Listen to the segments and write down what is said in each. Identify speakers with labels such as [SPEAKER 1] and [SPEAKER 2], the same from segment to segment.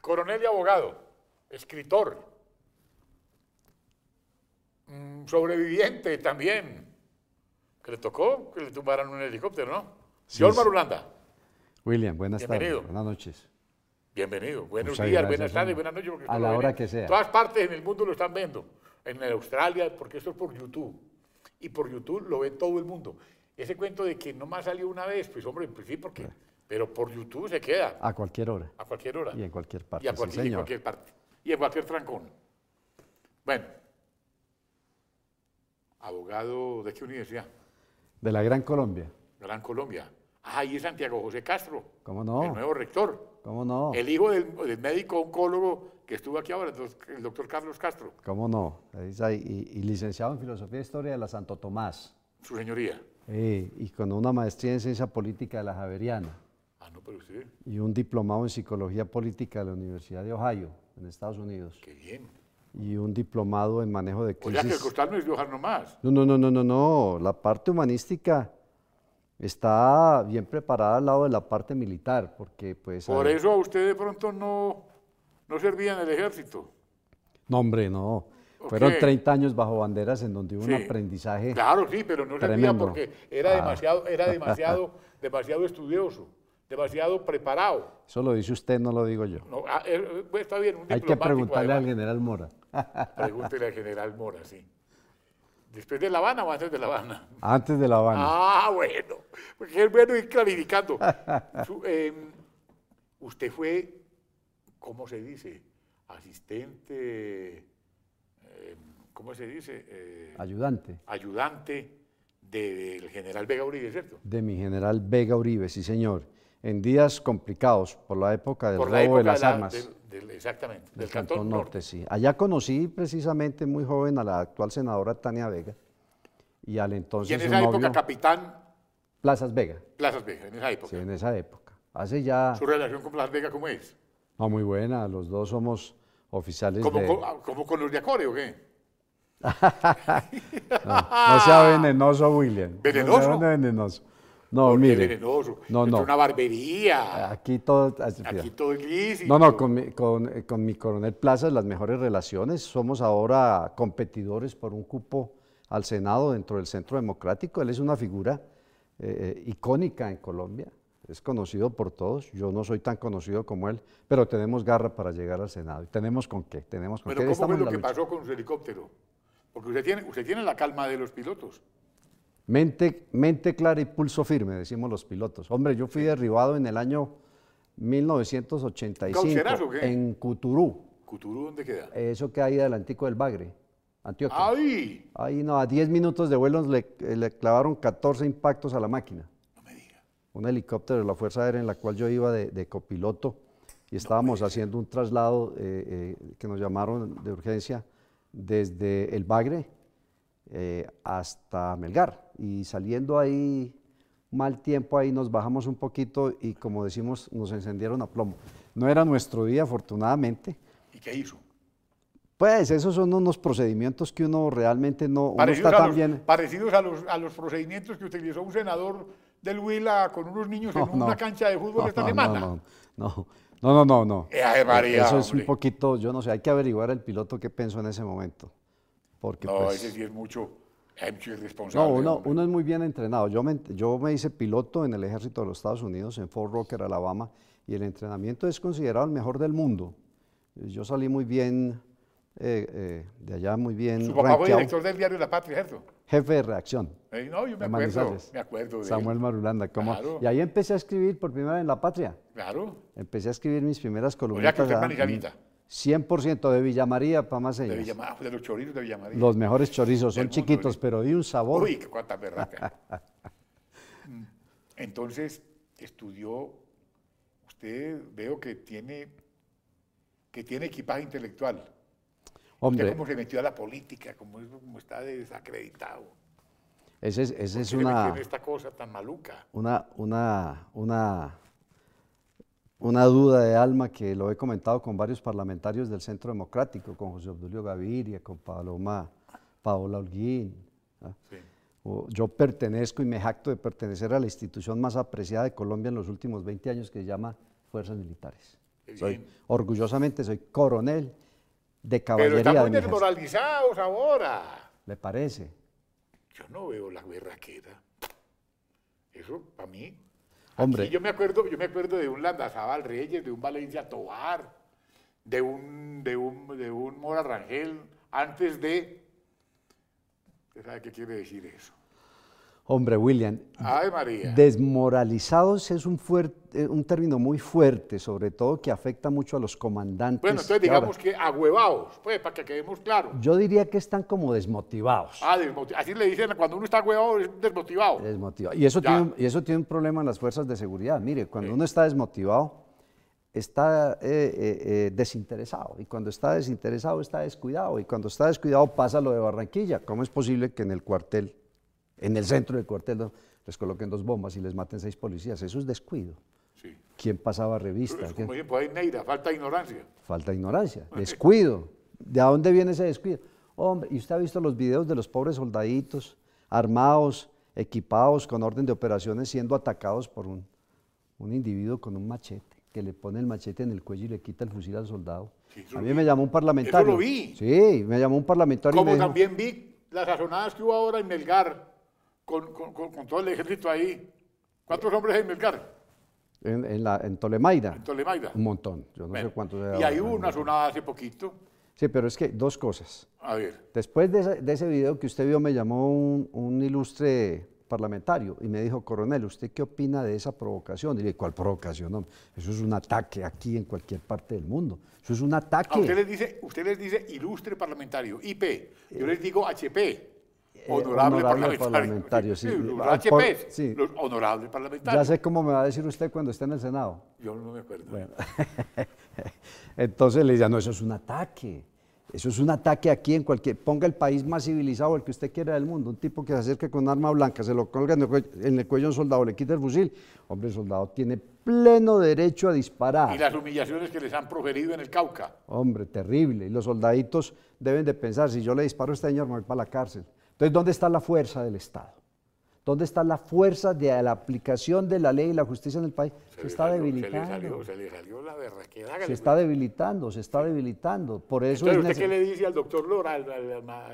[SPEAKER 1] coronel y abogado, escritor, mm, sobreviviente también, que le tocó que le tumbaran un helicóptero, ¿no?
[SPEAKER 2] Sí,
[SPEAKER 1] Señor
[SPEAKER 2] sí.
[SPEAKER 1] Marulanda,
[SPEAKER 2] William, buenas
[SPEAKER 1] Bienvenido.
[SPEAKER 2] tardes. Buenas noches.
[SPEAKER 1] bienvenido. Buenos
[SPEAKER 2] Muchas
[SPEAKER 1] días,
[SPEAKER 2] gracias,
[SPEAKER 1] buenas tardes,
[SPEAKER 2] hombre.
[SPEAKER 1] buenas noches. porque
[SPEAKER 2] A
[SPEAKER 1] usted
[SPEAKER 2] la
[SPEAKER 1] lo ve
[SPEAKER 2] hora
[SPEAKER 1] en
[SPEAKER 2] que sea.
[SPEAKER 1] Todas partes en el mundo lo están viendo. En Australia, porque esto es por YouTube. Y por YouTube lo ve todo el mundo. Ese cuento de que nomás salió una vez, pues hombre, pues sí, porque... Pero por YouTube se queda.
[SPEAKER 2] A cualquier hora.
[SPEAKER 1] A cualquier hora.
[SPEAKER 2] Ah, Y en cualquier parte,
[SPEAKER 1] Y, a
[SPEAKER 2] sí,
[SPEAKER 1] cualquier, pues, y en
[SPEAKER 2] señor.
[SPEAKER 1] cualquier parte. Y en cualquier trancón. Bueno. Abogado de qué universidad?
[SPEAKER 2] De la Gran Colombia.
[SPEAKER 1] Gran Colombia. Ah, y es Santiago José Castro.
[SPEAKER 2] ¿Cómo no?
[SPEAKER 1] El nuevo rector.
[SPEAKER 2] ¿Cómo no?
[SPEAKER 1] El hijo del, del médico oncólogo que estuvo aquí ahora, el doc- el doctor Carlos Castro,
[SPEAKER 2] ¿Cómo no? Ahí está, Y, y licenciado en Filosofía e Historia de la Santo Tomás.
[SPEAKER 1] su señoría.
[SPEAKER 2] Eh, y con una maestría en Ciencia Política de la Javeriana.
[SPEAKER 1] Ah, no, pero usted,
[SPEAKER 2] Y un diplomado en Psicología Política de la Universidad de Ohio, en Estados Unidos.
[SPEAKER 1] qué bien.
[SPEAKER 2] Y un diplomado en manejo de
[SPEAKER 1] O sea que el
[SPEAKER 2] crisis.
[SPEAKER 1] costal no es de hojar nomás.
[SPEAKER 2] No, no, no, no, no, no. La parte humanística está bien preparada al lado de la parte militar, porque pues...
[SPEAKER 1] Por
[SPEAKER 2] ahí-
[SPEAKER 1] eso a usted de pronto no, no servía en el ejército.
[SPEAKER 2] No, hombre, no.
[SPEAKER 1] ¿O
[SPEAKER 2] Fueron
[SPEAKER 1] qué?
[SPEAKER 2] 30 años bajo banderas en donde hubo un
[SPEAKER 1] Sí.
[SPEAKER 2] aprendizaje.
[SPEAKER 1] Claro, sí, pero no servía
[SPEAKER 2] tremendo.
[SPEAKER 1] porque era
[SPEAKER 2] Ah.
[SPEAKER 1] demasiado, era demasiado, demasiado estudioso, demasiado preparado.
[SPEAKER 2] Eso lo dice usted, no lo digo yo.
[SPEAKER 1] No, ah, eh, pues, está bien, un
[SPEAKER 2] Hay que
[SPEAKER 1] diplomático,
[SPEAKER 2] preguntarle
[SPEAKER 1] además.
[SPEAKER 2] al general Mora.
[SPEAKER 1] Pregúntele al general Mora, sí. ¿Después de La Habana o antes de La Habana?
[SPEAKER 2] Antes de La Habana.
[SPEAKER 1] Ah, bueno. Porque es bueno ir clarificando. Su- em, usted fue, ¿cómo se dice? Asistente, em, ¿cómo se dice? Eh,
[SPEAKER 2] Ayudante
[SPEAKER 1] ayudante de- del general Vega Uribe, ¿cierto?
[SPEAKER 2] de mi general Vega Uribe, sí señor. En días complicados, por la época del robo de las
[SPEAKER 1] la-
[SPEAKER 2] armas.
[SPEAKER 1] del- del- exactamente,
[SPEAKER 2] Del Cantón, Norte, sí. Allá conocí precisamente muy joven a la actual senadora Tania Vega y al
[SPEAKER 1] Y
[SPEAKER 2] entonces
[SPEAKER 1] en
[SPEAKER 2] su
[SPEAKER 1] esa época,
[SPEAKER 2] Pues novio,
[SPEAKER 1] capitán
[SPEAKER 2] Plazas Vega,
[SPEAKER 1] Plazas Vega, en esa época.
[SPEAKER 2] sí, en esa época. Hace ya...
[SPEAKER 1] ¿Su relación con Plazas Vega cómo es?
[SPEAKER 2] No, muy buena, los dos somos oficiales
[SPEAKER 1] ¿Como,
[SPEAKER 2] de...
[SPEAKER 1] co- como con los de Acore o qué?
[SPEAKER 2] No sea venenoso, William. No,
[SPEAKER 1] Ah. ¿Venenoso?
[SPEAKER 2] sea venenoso. No,
[SPEAKER 1] Porque
[SPEAKER 2] mire.
[SPEAKER 1] venenoso.
[SPEAKER 2] No,
[SPEAKER 1] Es
[SPEAKER 2] no.
[SPEAKER 1] una barbería.
[SPEAKER 2] Aquí todo... así,
[SPEAKER 1] Aquí
[SPEAKER 2] mira.
[SPEAKER 1] todo es lícito.
[SPEAKER 2] No, no, con mi, con, eh, con mi coronel Plaza las mejores relaciones. Somos ahora competidores por un cupo al Senado dentro del Centro Democrático. Él es una figura eh, eh, icónica en Colombia. Es conocido por todos. Yo no soy tan conocido como él, pero tenemos garra para llegar al Senado. ¿Y tenemos con qué? Tenemos con
[SPEAKER 1] Pero
[SPEAKER 2] qué.
[SPEAKER 1] ¿cómo fue
[SPEAKER 2] Estamos en
[SPEAKER 1] lo
[SPEAKER 2] la
[SPEAKER 1] que
[SPEAKER 2] lucha.
[SPEAKER 1] pasó con su helicóptero? Porque usted tiene, usted tiene la calma de los pilotos.
[SPEAKER 2] Mente, mente clara y pulso firme, decimos los pilotos. Hombre, yo fui derribado en el año 1985
[SPEAKER 1] ¿Caucherazo o qué?
[SPEAKER 2] en Cuturú.
[SPEAKER 1] ¿Cuturú dónde queda?
[SPEAKER 2] Eso que hay adelantico del Bagre, Antioquia.
[SPEAKER 1] ¡Ay!
[SPEAKER 2] Ahí no, a 10 minutos de vuelo le, eh, le clavaron 14 impactos a la máquina.
[SPEAKER 1] No me diga.
[SPEAKER 2] Un helicóptero de la Fuerza Aérea en la cual yo iba de, de copiloto y estábamos haciendo un traslado eh, eh, que nos llamaron de urgencia desde el Bagre eh, hasta Melgar. Y saliendo ahí, mal tiempo ahí, nos bajamos un poquito y como decimos, nos encendieron a plomo. No era nuestro día, afortunadamente.
[SPEAKER 1] ¿Y qué hizo?
[SPEAKER 2] Pues esos son unos procedimientos que uno realmente no uno
[SPEAKER 1] Parecidos,
[SPEAKER 2] está
[SPEAKER 1] a
[SPEAKER 2] tan
[SPEAKER 1] los,
[SPEAKER 2] bien-
[SPEAKER 1] parecidos a, los, a los procedimientos que utilizó un senador del Huila con unos niños
[SPEAKER 2] No,
[SPEAKER 1] en una
[SPEAKER 2] no.
[SPEAKER 1] cancha de fútbol
[SPEAKER 2] No,
[SPEAKER 1] esta
[SPEAKER 2] no, no,
[SPEAKER 1] semana.
[SPEAKER 2] No, no, no, no, no, no.
[SPEAKER 1] Eh, Ave María,
[SPEAKER 2] Eso es
[SPEAKER 1] hombre.
[SPEAKER 2] un poquito, yo no sé, hay que averiguar el piloto qué pensó en ese momento. Porque
[SPEAKER 1] No,
[SPEAKER 2] pues,
[SPEAKER 1] ese sí es mucho, es mucho irresponsable.
[SPEAKER 2] no, uno,
[SPEAKER 1] hombre.
[SPEAKER 2] uno es muy bien entrenado. Yo me, ent- yo me hice piloto en el ejército de los Estados Unidos, en Fort Rocker, Alabama, y el entrenamiento es considerado el mejor del mundo. Yo salí muy bien eh, eh, de allá, muy bien
[SPEAKER 1] Su papá fue
[SPEAKER 2] rankeado,
[SPEAKER 1] director del diario La Patria, ¿cierto?
[SPEAKER 2] jefe de reacción.
[SPEAKER 1] Eh, no, yo me
[SPEAKER 2] de
[SPEAKER 1] acuerdo,
[SPEAKER 2] Manizales.
[SPEAKER 1] me acuerdo de él.
[SPEAKER 2] Samuel Marulanda. ¿cómo?
[SPEAKER 1] Claro.
[SPEAKER 2] Y ahí empecé a escribir por primera vez en La Patria.
[SPEAKER 1] Claro.
[SPEAKER 2] Empecé a escribir mis primeras
[SPEAKER 1] usted
[SPEAKER 2] columnitas.
[SPEAKER 1] es
[SPEAKER 2] ah,
[SPEAKER 1] manizalita.
[SPEAKER 2] 100% de Villa María, para más
[SPEAKER 1] De,
[SPEAKER 2] señas.
[SPEAKER 1] Villamar, de los chorizos de Villamaría.
[SPEAKER 2] Los mejores chorizos,
[SPEAKER 1] Del
[SPEAKER 2] son
[SPEAKER 1] mundo,
[SPEAKER 2] chiquitos,
[SPEAKER 1] sí.
[SPEAKER 2] pero de un sabor.
[SPEAKER 1] Uy, qué cuánta berraca. Mm, Entonces, estudió, usted veo que tiene, que tiene equipaje intelectual. Usted
[SPEAKER 2] Hombre,
[SPEAKER 1] cómo se metió a la política, cómo, es- cómo está desacreditado.
[SPEAKER 2] esa es, ese es
[SPEAKER 1] Se metió
[SPEAKER 2] una,
[SPEAKER 1] en esta cosa tan maluca.
[SPEAKER 2] una, una, una, una duda de alma que lo he comentado con varios parlamentarios del Centro Democrático, con José Obdulio Gaviria, con Paloma, Paola Holguín. ¿ah?
[SPEAKER 1] Sí.
[SPEAKER 2] O- Yo pertenezco y me jacto de pertenecer a la institución más apreciada de Colombia en los últimos 20 años que se llama Fuerzas Militares. Soy, orgullosamente soy coronel de
[SPEAKER 1] Pero
[SPEAKER 2] caballería de
[SPEAKER 1] estamos
[SPEAKER 2] mi ejército.
[SPEAKER 1] desmoralizados ahora.
[SPEAKER 2] ¿Le parece?
[SPEAKER 1] Yo no veo la berraquera. Eso, para mí.
[SPEAKER 2] Hombre.
[SPEAKER 1] Aquí yo me acuerdo, yo me acuerdo de un Landazabal Reyes, de un Valencia Tobar, de un, de un, de un Mora Rangel, antes de. ¿Usted sabe qué quiere decir eso?
[SPEAKER 2] Hombre, William,
[SPEAKER 1] Ay, María.
[SPEAKER 2] desmoralizados es un, fuerte, eh, un término muy fuerte, sobre todo que afecta mucho a los comandantes.
[SPEAKER 1] bueno, entonces
[SPEAKER 2] de ahora.
[SPEAKER 1] digamos que ahuevados, pues, para que quedemos claros.
[SPEAKER 2] Yo diría que están como desmotivados.
[SPEAKER 1] Ah, desmoti- Así le dicen cuando uno está huevado, es desmotivado.
[SPEAKER 2] Desmotivado. Y eso,
[SPEAKER 1] Ya.
[SPEAKER 2] tiene, un- y eso tiene un problema en las fuerzas de seguridad. Mire, cuando uno está desmotivado, está eh, eh, eh, desinteresado. Y cuando está desinteresado, está descuidado. Y cuando está descuidado, pasa lo de Barranquilla. ¿Cómo es posible que en el cuartel, en el centro del cuartel, no, les coloquen dos bombas y les maten seis policías? Eso es descuido.
[SPEAKER 1] Sí.
[SPEAKER 2] ¿Quién pasaba revista?
[SPEAKER 1] Es
[SPEAKER 2] ¿Quién-
[SPEAKER 1] como dicen por ahí, Neira, falta de ignorancia.
[SPEAKER 2] Falta de ignorancia, descuido. ¿De dónde viene ese descuido? Hombre, ¿y usted ha visto los videos de los pobres soldaditos armados, equipados con orden de operaciones, siendo atacados por un, un individuo con un machete, que le pone el machete en el cuello y le quita el fusil al soldado?
[SPEAKER 1] Sí, eso
[SPEAKER 2] A
[SPEAKER 1] lo
[SPEAKER 2] mí
[SPEAKER 1] vi.
[SPEAKER 2] me llamó un parlamentario.
[SPEAKER 1] Eso lo vi.
[SPEAKER 2] Sí, me llamó un parlamentario. y me
[SPEAKER 1] Como
[SPEAKER 2] dijo,
[SPEAKER 1] también vi las sazonadas que hubo ahora en Melgar, con, con- con- con todo el ejército ahí. ¿Cuántos hombres en Melgar?
[SPEAKER 2] En, en la- en Tolemaida.
[SPEAKER 1] En Tolemaida.
[SPEAKER 2] Un montón. Yo no
[SPEAKER 1] Bueno,
[SPEAKER 2] sé cuántos.
[SPEAKER 1] y
[SPEAKER 2] era
[SPEAKER 1] ahí hubo
[SPEAKER 2] ahora.
[SPEAKER 1] una sonada hace poquito.
[SPEAKER 2] Sí, pero es que dos cosas.
[SPEAKER 1] A ver,
[SPEAKER 2] Después de ese, de ese video que usted vio, me llamó un, un ilustre parlamentario y me dijo, coronel, ¿usted qué opina de esa provocación? Y le dije, ¿cuál provocación? hombre? Eso es un ataque aquí en cualquier parte del mundo. Eso es un
[SPEAKER 1] a usted
[SPEAKER 2] ataque.
[SPEAKER 1] les, dice, usted les dice ilustre parlamentario, IP. Yo les digo HP. Honorable,
[SPEAKER 2] Eh, honorable
[SPEAKER 1] parlamentario.
[SPEAKER 2] parlamentario, sí.
[SPEAKER 1] los
[SPEAKER 2] Ah, por-
[SPEAKER 1] HP,
[SPEAKER 2] sí.
[SPEAKER 1] los honorables
[SPEAKER 2] Ya
[SPEAKER 1] parlamentarios.
[SPEAKER 2] sé cómo me va a decir usted cuando esté en el Senado.
[SPEAKER 1] Yo no me acuerdo.
[SPEAKER 2] Entonces le decía, no, eso es un ataque. Eso es un ataque aquí en cualquier. Ponga el país más civilizado, el que usted quiera del mundo. Un tipo que se acerca con un arma blanca, se lo colga en el cuello, en el cuello a un soldado, le quita el fusil. Hombre, el soldado tiene pleno derecho a disparar.
[SPEAKER 1] Y las humillaciones que les han proferido en el Cauca.
[SPEAKER 2] Hombre, terrible. Y los soldaditos deben de pensar, si yo le disparo a este señor, me voy para la cárcel. Entonces, ¿dónde está la fuerza del Estado? ¿Dónde está la fuerza de la aplicación de la ley y la justicia en el país? Se,
[SPEAKER 1] le
[SPEAKER 2] está
[SPEAKER 1] salió-
[SPEAKER 2] debilitando.
[SPEAKER 1] Se le salió, se le salió la berraquera.
[SPEAKER 2] Se
[SPEAKER 1] hágale,
[SPEAKER 2] está debilitando, se está debilitando. Por eso
[SPEAKER 1] Entonces,
[SPEAKER 2] es
[SPEAKER 1] ¿usted qué
[SPEAKER 2] necesario.
[SPEAKER 1] le dice al doctor Lora, al, al, al ma-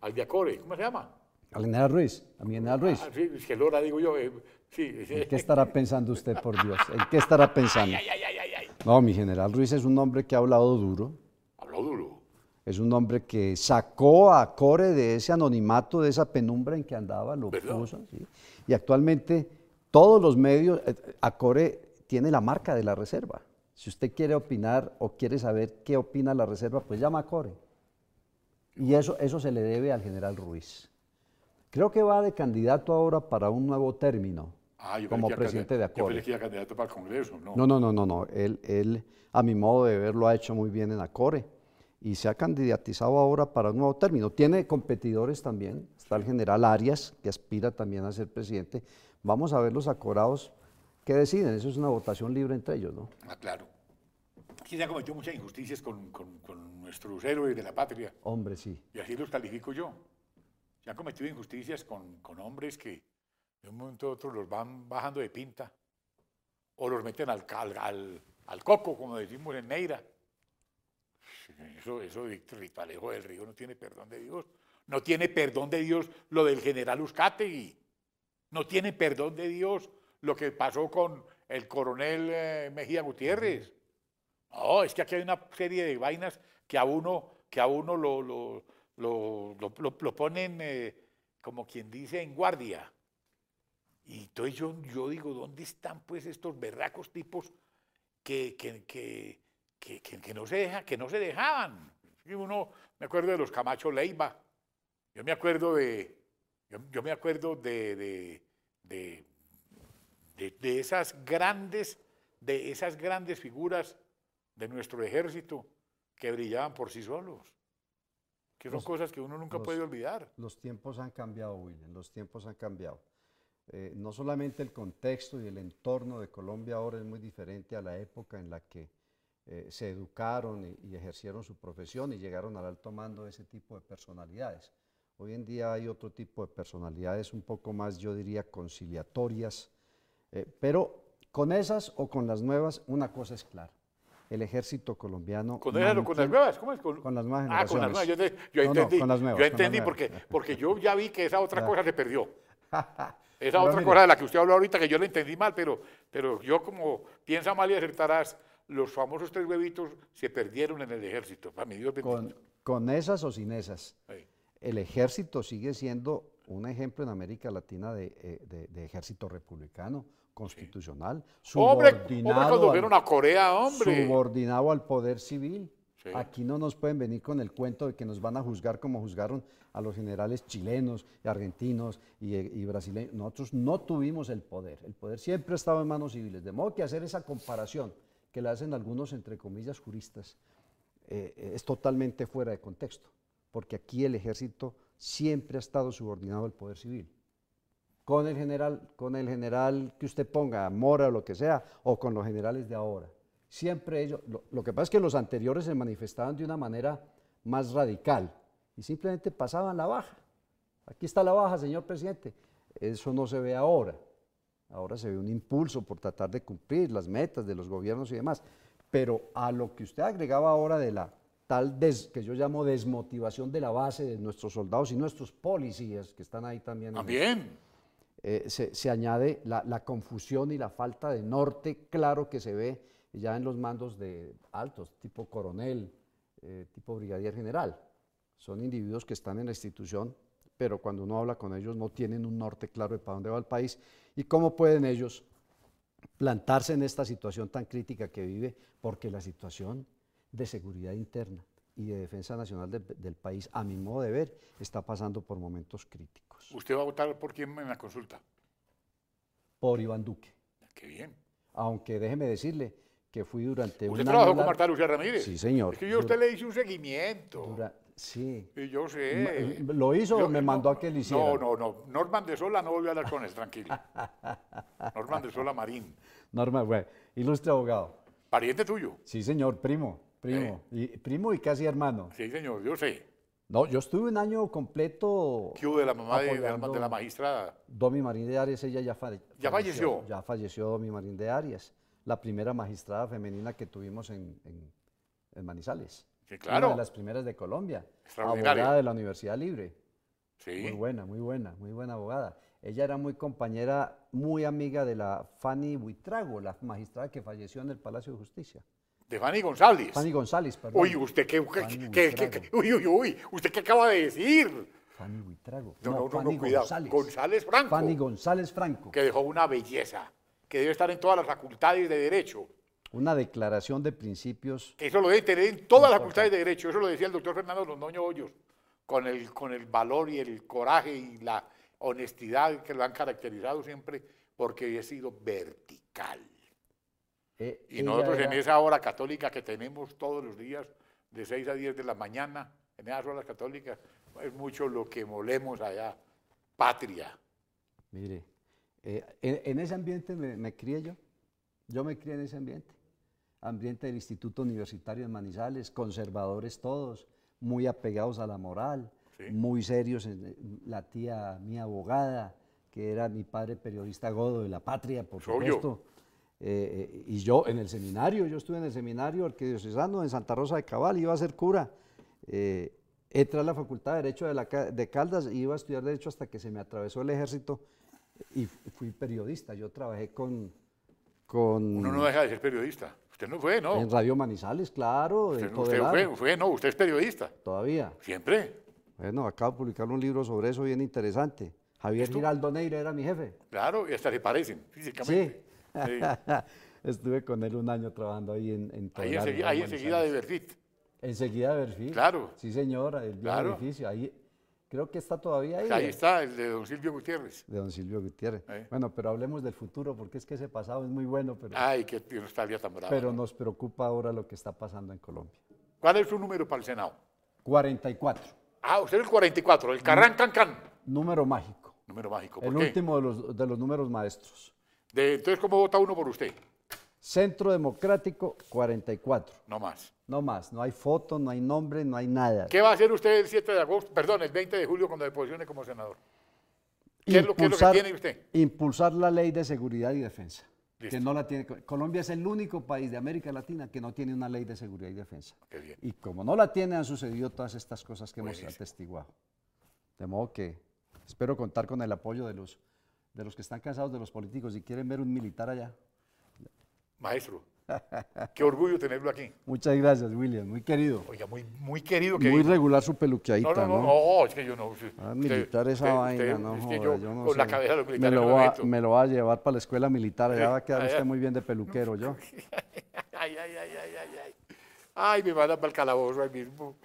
[SPEAKER 1] al Diacore? ¿Cómo se llama?
[SPEAKER 2] Al general Ruiz, a mi general Ruiz.
[SPEAKER 1] Ah, sí, es que Lora, digo yo. eh, sí, sí.
[SPEAKER 2] ¿En qué estará pensando usted, por Dios? ¿En qué estará pensando?
[SPEAKER 1] Ay, ay, ay, ay, ay.
[SPEAKER 2] No, mi general Ruiz es un hombre que ha hablado duro,
[SPEAKER 1] Habló duro.
[SPEAKER 2] es un hombre que sacó a Core de ese anonimato, de esa penumbra en que andaba, lo
[SPEAKER 1] ¿Verdad?
[SPEAKER 2] puso. ¿sí? Y actualmente todos los medios, eh, eh, a Core tiene la marca de la reserva. Si usted quiere opinar o quiere saber qué opina la reserva, pues llama a Core. Y eso, eso se le debe al general Ruiz. Creo que va de candidato ahora para un nuevo término
[SPEAKER 1] Ah, yo pensé
[SPEAKER 2] como
[SPEAKER 1] que era
[SPEAKER 2] presidente de
[SPEAKER 1] candid- Yo
[SPEAKER 2] Acore.
[SPEAKER 1] pensé que era candidato para el Congreso, ¿no?
[SPEAKER 2] No, no, no, no, no. Él, él, a mi modo de ver, lo ha hecho muy bien en Acore y se ha candidatizado ahora para un nuevo término. Tiene competidores también. Está el general Arias, que aspira también a ser presidente. Vamos a ver los acorados que deciden. Eso es una votación libre entre ellos, ¿no?
[SPEAKER 1] Ah, claro. Sí, se han cometido muchas injusticias con, con- con nuestros héroes de la patria.
[SPEAKER 2] Hombre, sí.
[SPEAKER 1] Y así los califico yo. Se han cometido injusticias con, con hombres que de un momento a otro los van bajando de pinta o los meten al, ca- al, al- al coco, como decimos en Neira. Eso, eso de Víctor Alejo del Río no tiene perdón de Dios. No tiene perdón de Dios lo del general Uzcategui. No tiene perdón de Dios lo que pasó con el coronel eh, Mejía Gutiérrez. No, es que aquí hay una serie de vainas que a uno, que a uno lo, lo, lo, lo- lo- lo ponen, eh, como quien dice, en guardia. Y entonces yo, yo digo, ¿dónde están pues estos berracos tipos que, que, que, que, que- que no, se deja, que no se dejaban? Y uno, me acuerdo de los Camacho Leiva, yo me acuerdo de, yo, yo me acuerdo de, de, de, de- de esas grandes, de esas grandes figuras de nuestro ejército que brillaban por sí solos, que son
[SPEAKER 2] Los-
[SPEAKER 1] cosas que uno nunca
[SPEAKER 2] los-
[SPEAKER 1] puede olvidar.
[SPEAKER 2] Los tiempos han cambiado, William, los tiempos han cambiado. Eh, no solamente el contexto y el entorno de Colombia ahora es muy diferente a la época en la que eh, se educaron y, y ejercieron su profesión y llegaron al alto mando ese tipo de personalidades. Hoy en día hay otro tipo de personalidades un poco más, yo diría, conciliatorias, eh, pero con esas o con las nuevas, una cosa es clara. el ejército colombiano.
[SPEAKER 1] ¿Con, esas o con las
[SPEAKER 2] mantiene-
[SPEAKER 1] nuevas? ¿Cómo es?
[SPEAKER 2] con las nuevas
[SPEAKER 1] Ah, con las
[SPEAKER 2] generaciones.
[SPEAKER 1] nuevas. Yo, te- yo
[SPEAKER 2] No, no,
[SPEAKER 1] entendí.
[SPEAKER 2] con las nuevas,
[SPEAKER 1] yo
[SPEAKER 2] con las
[SPEAKER 1] entendí
[SPEAKER 2] nuevas.
[SPEAKER 1] porque, porque yo ya vi que esa otra cosa se perdió. Esa
[SPEAKER 2] Pero
[SPEAKER 1] otra
[SPEAKER 2] mire.
[SPEAKER 1] cosa de la que usted habló ahorita que yo la entendí mal, pero, pero yo como piensa mal y acertarás, los famosos tres huevitos se perdieron en el ejército. Para mi Dios bendito.
[SPEAKER 2] con, con esas o sin esas.
[SPEAKER 1] Ahí.
[SPEAKER 2] El ejército sigue siendo un ejemplo en América Latina de, eh, de- de ejército republicano, constitucional,
[SPEAKER 1] Hombre, hombre,
[SPEAKER 2] subordinado
[SPEAKER 1] cuando
[SPEAKER 2] al-
[SPEAKER 1] vieron a Corea, hombre.
[SPEAKER 2] subordinado al poder civil.
[SPEAKER 1] Sí.
[SPEAKER 2] Aquí no nos pueden venir con el cuento de que nos van a juzgar como juzgaron a los generales chilenos, y argentinos y, eh, y brasileños. Nosotros no tuvimos el poder. El poder siempre ha estado en manos civiles. De modo que hacer esa comparación que la hacen algunos, entre comillas, juristas, eh, eh, es totalmente fuera de contexto. Porque aquí el ejército siempre ha estado subordinado al poder civil con el general, con el general que usted ponga, Mora o lo que sea, o con los generales de ahora. Siempre ellos, lo, lo que pasa es que los anteriores se manifestaban de una manera más radical y simplemente pasaban la baja. Aquí está la baja, señor presidente. Eso no se ve ahora. Ahora se ve un impulso por tratar de cumplir las metas de los gobiernos y demás. Pero a lo que usted agregaba ahora de la tal des- que yo llamo desmotivación de la base de nuestros soldados y nuestros policías que están ahí también. en el-
[SPEAKER 1] También.
[SPEAKER 2] eh, se, se añade la, la confusión y la falta de norte claro que se ve ya en los mandos de altos, tipo coronel, eh, tipo brigadier general. Son individuos que están en la institución, pero cuando uno habla con ellos no tienen un norte claro de para dónde va el país y cómo pueden ellos plantarse en esta situación tan crítica que vive, porque la situación de seguridad interna y de defensa nacional del- del país, a mi modo de ver, está pasando por momentos críticos.
[SPEAKER 1] ¿Usted va a votar por quién en la consulta?
[SPEAKER 2] Por Iván Duque.
[SPEAKER 1] Qué bien.
[SPEAKER 2] Aunque déjeme decirle que fui durante
[SPEAKER 1] Usted
[SPEAKER 2] un
[SPEAKER 1] trabajó
[SPEAKER 2] año
[SPEAKER 1] con
[SPEAKER 2] lar-
[SPEAKER 1] Marta Lucía Ramírez.
[SPEAKER 2] Sí, señor.
[SPEAKER 1] Es que yo a
[SPEAKER 2] Dura-
[SPEAKER 1] usted le hice un seguimiento.
[SPEAKER 2] dura- sí.
[SPEAKER 1] Y yo
[SPEAKER 2] Ma- eh,
[SPEAKER 1] sé.
[SPEAKER 2] ¿Lo hizo o
[SPEAKER 1] Eh, Yo- eh,
[SPEAKER 2] me
[SPEAKER 1] no,
[SPEAKER 2] mandó a que le hiciera?
[SPEAKER 1] No, no, no. Norman de Sola no volvió a hablar con él, tranquilo. Norman de Sola Marín.
[SPEAKER 2] Norma, bueno, ilustre abogado.
[SPEAKER 1] Pariente tuyo.
[SPEAKER 2] Sí, señor, primo, primo.
[SPEAKER 1] Eh.
[SPEAKER 2] Y, primo y casi hermano.
[SPEAKER 1] Sí, señor, yo sé.
[SPEAKER 2] No, yo estuve un año completo.
[SPEAKER 1] ¿Qué hubo de la mamá de, de la,
[SPEAKER 2] Apoyando.
[SPEAKER 1] de la magistrada?
[SPEAKER 2] Domi Marín de Arias, ella ya, fa-
[SPEAKER 1] ¿Ya falleció?
[SPEAKER 2] Ya falleció Domi Marín de Arias, la primera magistrada femenina que tuvimos en, en- en Manizales.
[SPEAKER 1] Sí,
[SPEAKER 2] Una
[SPEAKER 1] claro.
[SPEAKER 2] de las primeras de Colombia.
[SPEAKER 1] Extraordinaria.
[SPEAKER 2] Abogada de la Universidad Libre. Muy
[SPEAKER 1] Sí.
[SPEAKER 2] buena, muy buena, muy buena abogada. Ella era muy compañera, muy amiga de la Fanny Buitrago, la magistrada que falleció en el Palacio de Justicia.
[SPEAKER 1] De Fanny González.
[SPEAKER 2] Fanny González, perdón.
[SPEAKER 1] Uy, usted qué,
[SPEAKER 2] Fanny
[SPEAKER 1] qué- qué-
[SPEAKER 2] Buitrago.
[SPEAKER 1] qué- uy, uy, uy, usted qué acaba de decir.
[SPEAKER 2] Fanny Buitrago.
[SPEAKER 1] No, no, no,
[SPEAKER 2] Fanny
[SPEAKER 1] no, cuidado.
[SPEAKER 2] González.
[SPEAKER 1] González Franco.
[SPEAKER 2] Fanny González Franco.
[SPEAKER 1] Que dejó una belleza, que debe estar en todas las facultades de Derecho.
[SPEAKER 2] Una declaración de principios.
[SPEAKER 1] Que eso lo debe tener en todas las facultades de Derecho. Eso lo decía el doctor Fernando Londoño Hoyos, con el, con el valor y el coraje y la honestidad que lo han caracterizado siempre, porque he sido vertical.
[SPEAKER 2] eh,
[SPEAKER 1] Y
[SPEAKER 2] ella
[SPEAKER 1] nosotros en
[SPEAKER 2] era-
[SPEAKER 1] esa hora católica que tenemos todos los días, de 6 a 10 de la mañana, en esas horas católicas, es mucho lo que molemos allá. Patria.
[SPEAKER 2] Mire, eh, en, en ese ambiente me, me crié yo. Yo me crié en ese ambiente. Ambiente del Instituto Universitario de Manizales, conservadores todos, muy apegados a la moral,
[SPEAKER 1] Sí.
[SPEAKER 2] muy serios. en- eh, la tía, mi abogada, que era mi padre periodista godo de la patria, por
[SPEAKER 1] Soy yo.
[SPEAKER 2] supuesto. Eh, eh, y yo en el seminario, yo estuve en el seminario arquidiocesano en Santa Rosa de Cabal, iba a ser cura. Eh, entré a la Facultad de Derecho de, la Ca- de Caldas y iba a estudiar Derecho hasta que se me atravesó el ejército y fu- fui periodista. Yo trabajé con, con
[SPEAKER 1] Uno no deja de ser periodista. Usted no fue, ¿no?
[SPEAKER 2] en Radio Manizales, claro,
[SPEAKER 1] Usted,
[SPEAKER 2] en
[SPEAKER 1] no- usted
[SPEAKER 2] Podelar,
[SPEAKER 1] fue, fue, no, usted es periodista.
[SPEAKER 2] todavía.
[SPEAKER 1] Siempre,
[SPEAKER 2] Bueno, acabo de publicar un libro sobre eso bien interesante. Javier Giraldo Neira era mi jefe.
[SPEAKER 1] claro, y hasta se parecen físicamente. Sí.
[SPEAKER 2] Estuve con él un año trabajando ahí en, en
[SPEAKER 1] Ahí,
[SPEAKER 2] Podelar,
[SPEAKER 1] ensegui- ahí
[SPEAKER 2] en Manizales.
[SPEAKER 1] enseguida de Berfit.
[SPEAKER 2] Enseguida Berfil.
[SPEAKER 1] Claro.
[SPEAKER 2] Sí, señora, el viejo
[SPEAKER 1] Claro.
[SPEAKER 2] edificio. Ahí, creo que está todavía ahí.
[SPEAKER 1] Ahí
[SPEAKER 2] ¿eh?
[SPEAKER 1] está el de don Silvio Gutiérrez.
[SPEAKER 2] De don Silvio Gutiérrez.
[SPEAKER 1] Ahí. Ah.
[SPEAKER 2] Bueno, pero hablemos del futuro, porque es que ese pasado es muy bueno, pero,
[SPEAKER 1] Ay, qué nostalgia tan brava.
[SPEAKER 2] pero nos preocupa ahora lo que está pasando en Colombia.
[SPEAKER 1] ¿Cuál es su número para el Senado?
[SPEAKER 2] 44,
[SPEAKER 1] Ah, usted es el 44, el Carrán Cancán.
[SPEAKER 2] número mágico.
[SPEAKER 1] Número mágico.
[SPEAKER 2] Mm. El
[SPEAKER 1] ¿Por qué?
[SPEAKER 2] último de los, de los números maestros.
[SPEAKER 1] De- entonces, ¿cómo vota uno por usted?
[SPEAKER 2] Centro Democrático, 44.
[SPEAKER 1] No más.
[SPEAKER 2] No más, no hay foto, no hay nombre, no hay nada.
[SPEAKER 1] ¿Qué va a hacer usted el 7 de agosto, perdón, el 20 de julio cuando deposicione como senador? ¿Qué es lo- qué es lo que tiene usted?
[SPEAKER 2] Impulsar la ley de seguridad y defensa. que no la tiene. Colombia es el único país de América Latina que no tiene una ley de seguridad y defensa.
[SPEAKER 1] Qué bien.
[SPEAKER 2] Y como no la tiene, han sucedido todas estas cosas que hemos
[SPEAKER 1] Buenísimo.
[SPEAKER 2] atestiguado. De modo que espero contar con el apoyo de los, de los que están cansados de los políticos y quieren ver un militar allá.
[SPEAKER 1] Maestro, qué orgullo tenerlo aquí.
[SPEAKER 2] Muchas gracias, William. Muy querido.
[SPEAKER 1] Oiga, muy, muy querido que
[SPEAKER 2] Muy regular su
[SPEAKER 1] No,
[SPEAKER 2] peluqueadita,
[SPEAKER 1] no, no, no, es que yo no. usted-
[SPEAKER 2] Ah, militar
[SPEAKER 1] usted-
[SPEAKER 2] esa
[SPEAKER 1] usted-
[SPEAKER 2] vaina,
[SPEAKER 1] usted-
[SPEAKER 2] no
[SPEAKER 1] es que yo,
[SPEAKER 2] joda, yo no
[SPEAKER 1] Con la
[SPEAKER 2] sé.
[SPEAKER 1] cabeza de los
[SPEAKER 2] me
[SPEAKER 1] militares
[SPEAKER 2] lo,
[SPEAKER 1] no
[SPEAKER 2] va,
[SPEAKER 1] meto.
[SPEAKER 2] me lo va a llevar para la escuela militar,
[SPEAKER 1] Eh,
[SPEAKER 2] allá va a quedar
[SPEAKER 1] allá.
[SPEAKER 2] usted muy bien de peluquero, yo.
[SPEAKER 1] Ay, ay, ay, ay, ay, ay. Ay, me mandan para el calabozo ahí mismo.